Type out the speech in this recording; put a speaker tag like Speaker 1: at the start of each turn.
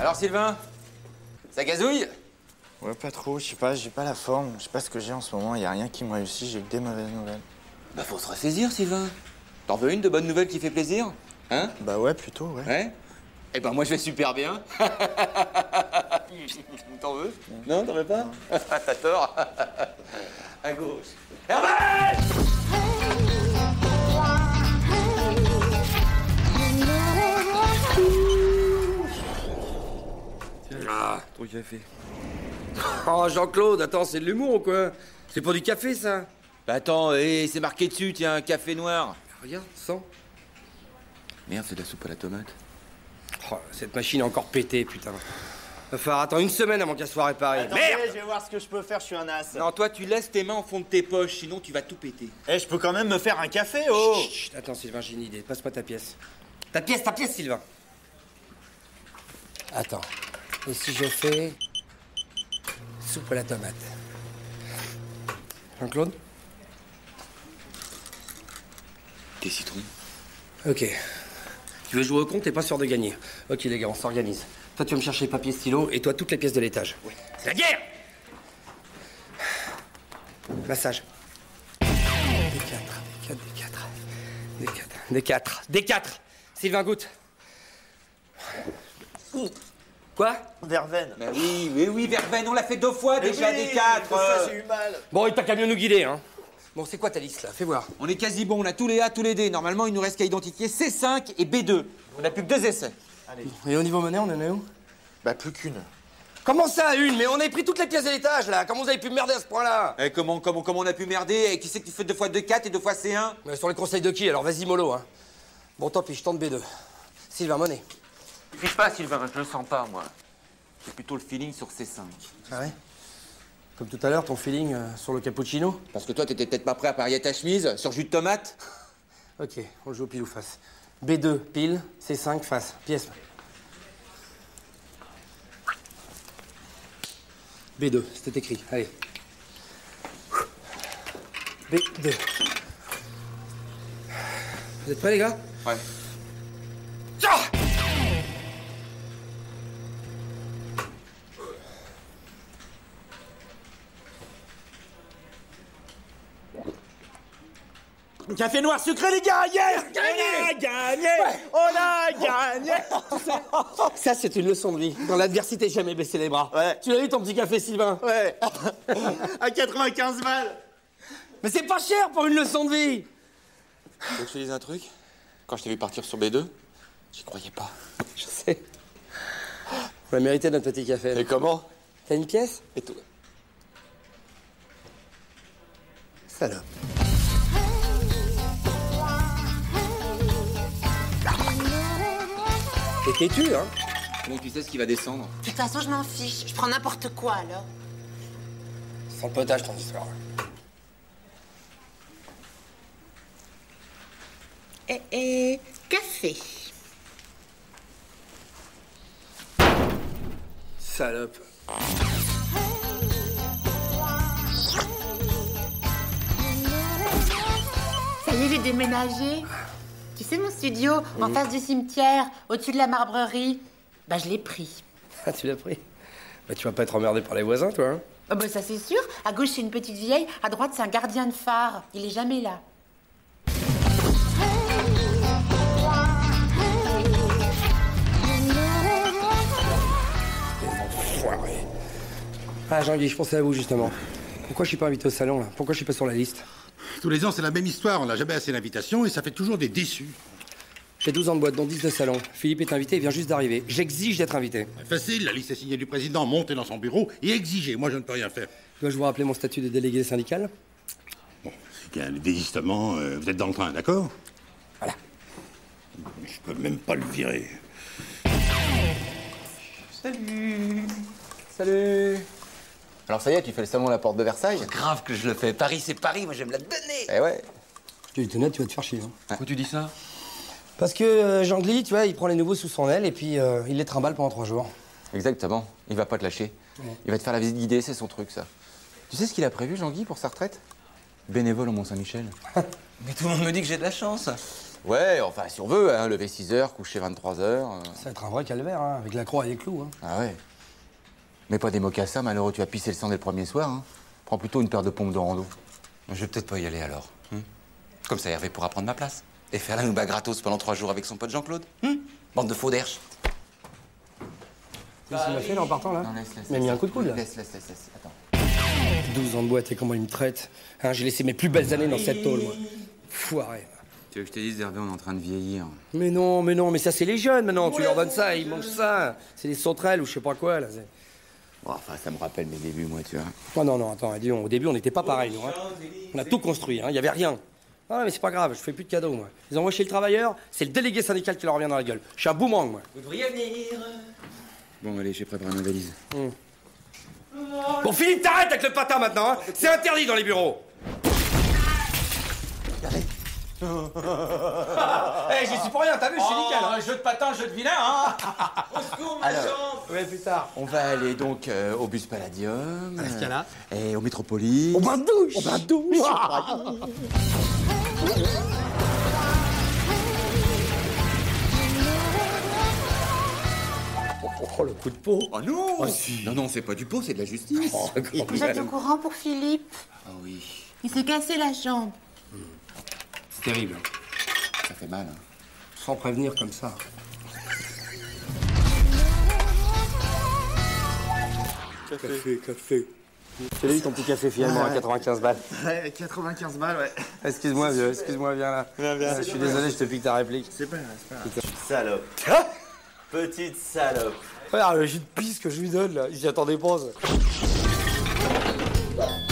Speaker 1: Alors Sylvain, ça gazouille
Speaker 2: Ouais, pas trop, je sais pas, j'ai pas la forme, je sais pas ce que j'ai en ce moment, y a rien qui me réussit, j'ai que des mauvaises nouvelles.
Speaker 1: Bah faut se ressaisir Sylvain. T'en veux une de bonnes nouvelles qui fait plaisir Hein
Speaker 2: Bah ouais, plutôt, ouais.
Speaker 1: Ouais Eh ben moi je vais super bien. T'en veux Non, t'en veux pas T'as tort. à gauche. Ah, ton café. Oh Jean-Claude, attends, c'est de l'humour ou quoi C'est pour du café ça Bah attends, hé, c'est marqué dessus, tiens, un café noir.
Speaker 3: Regarde, sans.
Speaker 1: Merde, c'est de la soupe à la tomate.
Speaker 3: Oh, cette machine est encore pétée, putain. Va falloir attendre une semaine avant qu'elle soit réparée.
Speaker 2: Merde je vais voir ce que je peux faire, je suis un as.
Speaker 1: Non, toi tu laisses tes mains au fond de tes poches, sinon tu vas tout péter.
Speaker 2: Eh, je peux quand même me faire un café, oh
Speaker 3: Chut, chut, attends, Sylvain, j'ai une idée. Passe pas ta pièce. Ta pièce, ta pièce, Sylvain. Attends. Et si je fais. Soupe à la tomate. Jean-Claude
Speaker 1: Des citrons.
Speaker 3: Ok. Tu veux jouer au compte, t'es pas sûr de gagner. Ok, les gars, on s'organise. Toi, tu vas me chercher papier, stylo, et toi, toutes les pièces de l'étage. C'est la guerre Massage. Des 4, des 4, des 4, des 4, des 4, des 4 Sylvain, goûte. Quoi
Speaker 2: Verveine.
Speaker 1: Bah oui, oui, oui, Verveine, on l'a fait deux fois déjà, des quatre.
Speaker 2: J'ai eu mal.
Speaker 3: Bon, et t'as qu'à mieux nous guider, hein. Bon, c'est quoi ta liste, là Fais voir.
Speaker 1: On est quasi bon, on a tous les A, tous les D. Normalement, il nous reste qu'à identifier C5 et B2. On n'a plus que deux essais.
Speaker 3: Et au niveau monnaie, on en est où
Speaker 2: Bah, plus qu'une.
Speaker 3: Comment ça, une Mais on a pris toutes les pièces de l'étage, là Comment vous avez pu merder à ce point-là
Speaker 1: Eh, comment, comment, comment on a pu merder Et qui c'est qui fait deux fois 2-4 et deux fois C1
Speaker 3: Mais sur les conseils de qui Alors vas-y mollo, hein. Bon, tant pis, je tente B2. Sylvain Monet.
Speaker 1: Je sais pas, Sylvain, je le sens pas, moi. J'ai plutôt le feeling sur C5.
Speaker 3: Ah ouais Comme tout à l'heure, ton feeling euh, sur le cappuccino
Speaker 1: Parce que toi, t'étais peut-être pas prêt à parier ta chemise sur jus de tomate
Speaker 3: Ok, on le joue pile ou face. B2, pile, C5, face. Pièce. B2, c'était écrit. Allez. B2. Vous êtes prêts, les gars
Speaker 1: Ouais.
Speaker 2: Café noir sucré, les gars, yes On a gagné On a gagné
Speaker 3: Ça, c'est une leçon de vie. Dans l'adversité, jamais baisser les bras.
Speaker 2: Ouais.
Speaker 3: Tu l'as eu ton petit café, Sylvain
Speaker 2: Ouais À 95 balles
Speaker 3: Mais c'est pas cher pour une leçon de vie
Speaker 1: Faut que je te dise un truc Quand je t'ai vu partir sur B2, j'y croyais pas.
Speaker 3: Je sais. On a mérité notre petit café.
Speaker 1: Et comment
Speaker 3: T'as une pièce
Speaker 1: Et toi
Speaker 3: Salope. T'es têtu, hein
Speaker 1: Comment tu sais ce qui va descendre
Speaker 4: De toute façon, je m'en fiche. Je prends n'importe quoi alors.
Speaker 3: Sans potage, ton histoire.
Speaker 4: Eh eh, café.
Speaker 3: Salope.
Speaker 4: Ça y est, j'ai déménagé. Tu sais, mon studio, en face du cimetière, au-dessus de la marbrerie. Bah, je l'ai pris.
Speaker 3: Ah, tu l'as pris Bah, tu vas pas être emmerdé par les voisins, toi, hein
Speaker 4: Ah bah, ça, c'est sûr. À gauche, c'est une petite vieille. À droite, c'est un gardien de phare. Il est jamais là.
Speaker 3: Enfoiré. Ah, Jean-Guy, je pensais à vous, justement. Pourquoi je suis pas invité au salon, là Pourquoi je suis pas sur la liste
Speaker 5: Tous les ans, c'est la même histoire. On n'a jamais assez d'invitations et ça fait toujours des déçus.
Speaker 3: J'ai 12 ans de boîte, dont 10 de salon. Philippe est invité, il vient juste d'arriver. J'exige d'être invité.
Speaker 5: Facile, la liste est signée du président, montez dans son bureau et exigez. Moi, je ne peux rien faire.
Speaker 3: Dois-je vous rappeler mon statut de délégué syndical
Speaker 5: Tiens, le désistement, euh, vous êtes dans le train, d'accord
Speaker 3: Voilà.
Speaker 5: Je peux même pas le virer.
Speaker 6: Salut Alors ça y est, tu fais le salon à la porte de Versailles
Speaker 1: Grave que je le fais. Paris, c'est Paris, moi j'aime la donner.
Speaker 6: Eh ouais
Speaker 3: Tu es honnête, tu vas te faire chier. hein.
Speaker 1: Pourquoi tu dis ça
Speaker 3: Parce que euh, Jean-Gly, tu vois, il prend les nouveaux sous son aile et puis euh, il les trimballe pendant trois jours.
Speaker 6: Exactement, il va pas te lâcher. Il va te faire la visite guidée, c'est son truc ça. Tu sais ce qu'il a prévu, Jean-Guy, pour sa retraite Bénévole au Mont-Saint-Michel.
Speaker 1: Mais tout le monde me dit que j'ai de la chance.
Speaker 6: Ouais, enfin si on veut, hein, lever 6 heures, coucher 23 heures. euh.
Speaker 3: Ça va être un vrai calvaire, hein, avec la croix et les clous. hein.
Speaker 6: Ah ouais Mais pas des mocassins, malheureux, tu as pissé le sang dès le premier soir. hein. Prends plutôt une paire de pompes de rando.
Speaker 1: Je vais peut-être pas y aller alors. hein. Comme ça, Hervé pourra prendre ma place. Et faire la nouba gratos pendant trois jours avec son pote Jean-Claude. hein. Bande de faux d'herche.
Speaker 3: Tu sais ce qu'il m'a fait là en partant là
Speaker 6: Non, laisse, laisse,
Speaker 3: Il m'a
Speaker 6: laisse.
Speaker 3: mis un coup de coude là.
Speaker 6: Laisse, laisse, laisse, laisse. Attends.
Speaker 3: 12 ans de boîte et comment il me traite. Hein, J'ai laissé mes plus belles années dans cette tôle, moi. Foiré.
Speaker 6: Tu veux que je te dise, Hervé, on est en train de vieillir.
Speaker 3: Mais non, mais non, mais ça c'est les jeunes maintenant, tu leur donnes ça, ils mangent ça. C'est des sauterelles ou je sais pas quoi là. c'est-
Speaker 6: Oh, enfin, ça me rappelle mes débuts, moi, tu vois.
Speaker 3: Oh non, non, attends, dis donc, au début on n'était pas pareil, nous. hein. On a tout construit, hein, il y avait rien. Ah mais c'est pas grave, je fais plus de cadeaux, moi. Ils envoient chez le travailleur, c'est le délégué syndical qui leur revient dans la gueule. Je suis un boomerang, moi.
Speaker 6: Bon, allez, j'ai préparé ma valise.
Speaker 3: Hmm. Bon, Philippe, t'arrêtes avec le patin maintenant, hein. c'est interdit dans les bureaux. Eh, j'y suis pour rien, t'as vu, je suis
Speaker 1: Oh.
Speaker 3: nickel. hein.
Speaker 1: jeu de patin, jeu de vilain, hein
Speaker 3: Ouais, plus tard.
Speaker 6: On va aller donc euh, au bus Palladium. euh,
Speaker 3: Scala.
Speaker 6: et au Métropolis.
Speaker 3: Au bain de douche Au bain de douche Oh le coup de peau
Speaker 6: Oh non Non, non, c'est pas du pot, c'est de la justice.
Speaker 4: Vous êtes au courant pour Philippe
Speaker 6: Ah oui,
Speaker 4: Il s'est cassé la jambe.
Speaker 3: C'est terrible.
Speaker 6: ça fait mal. hein.
Speaker 3: Sans prévenir comme ça. Café, café. C'est lui ton petit café finalement à 95 balles.
Speaker 2: Ouais, 95 balles, ouais.
Speaker 3: Excuse-moi vieux, excuse-moi viens là. Je suis désolé, je te pique ta réplique.
Speaker 7: Salope. Petite salope.
Speaker 3: Regarde le jus de pisse que je lui donne là, j'y attendais pas. ça.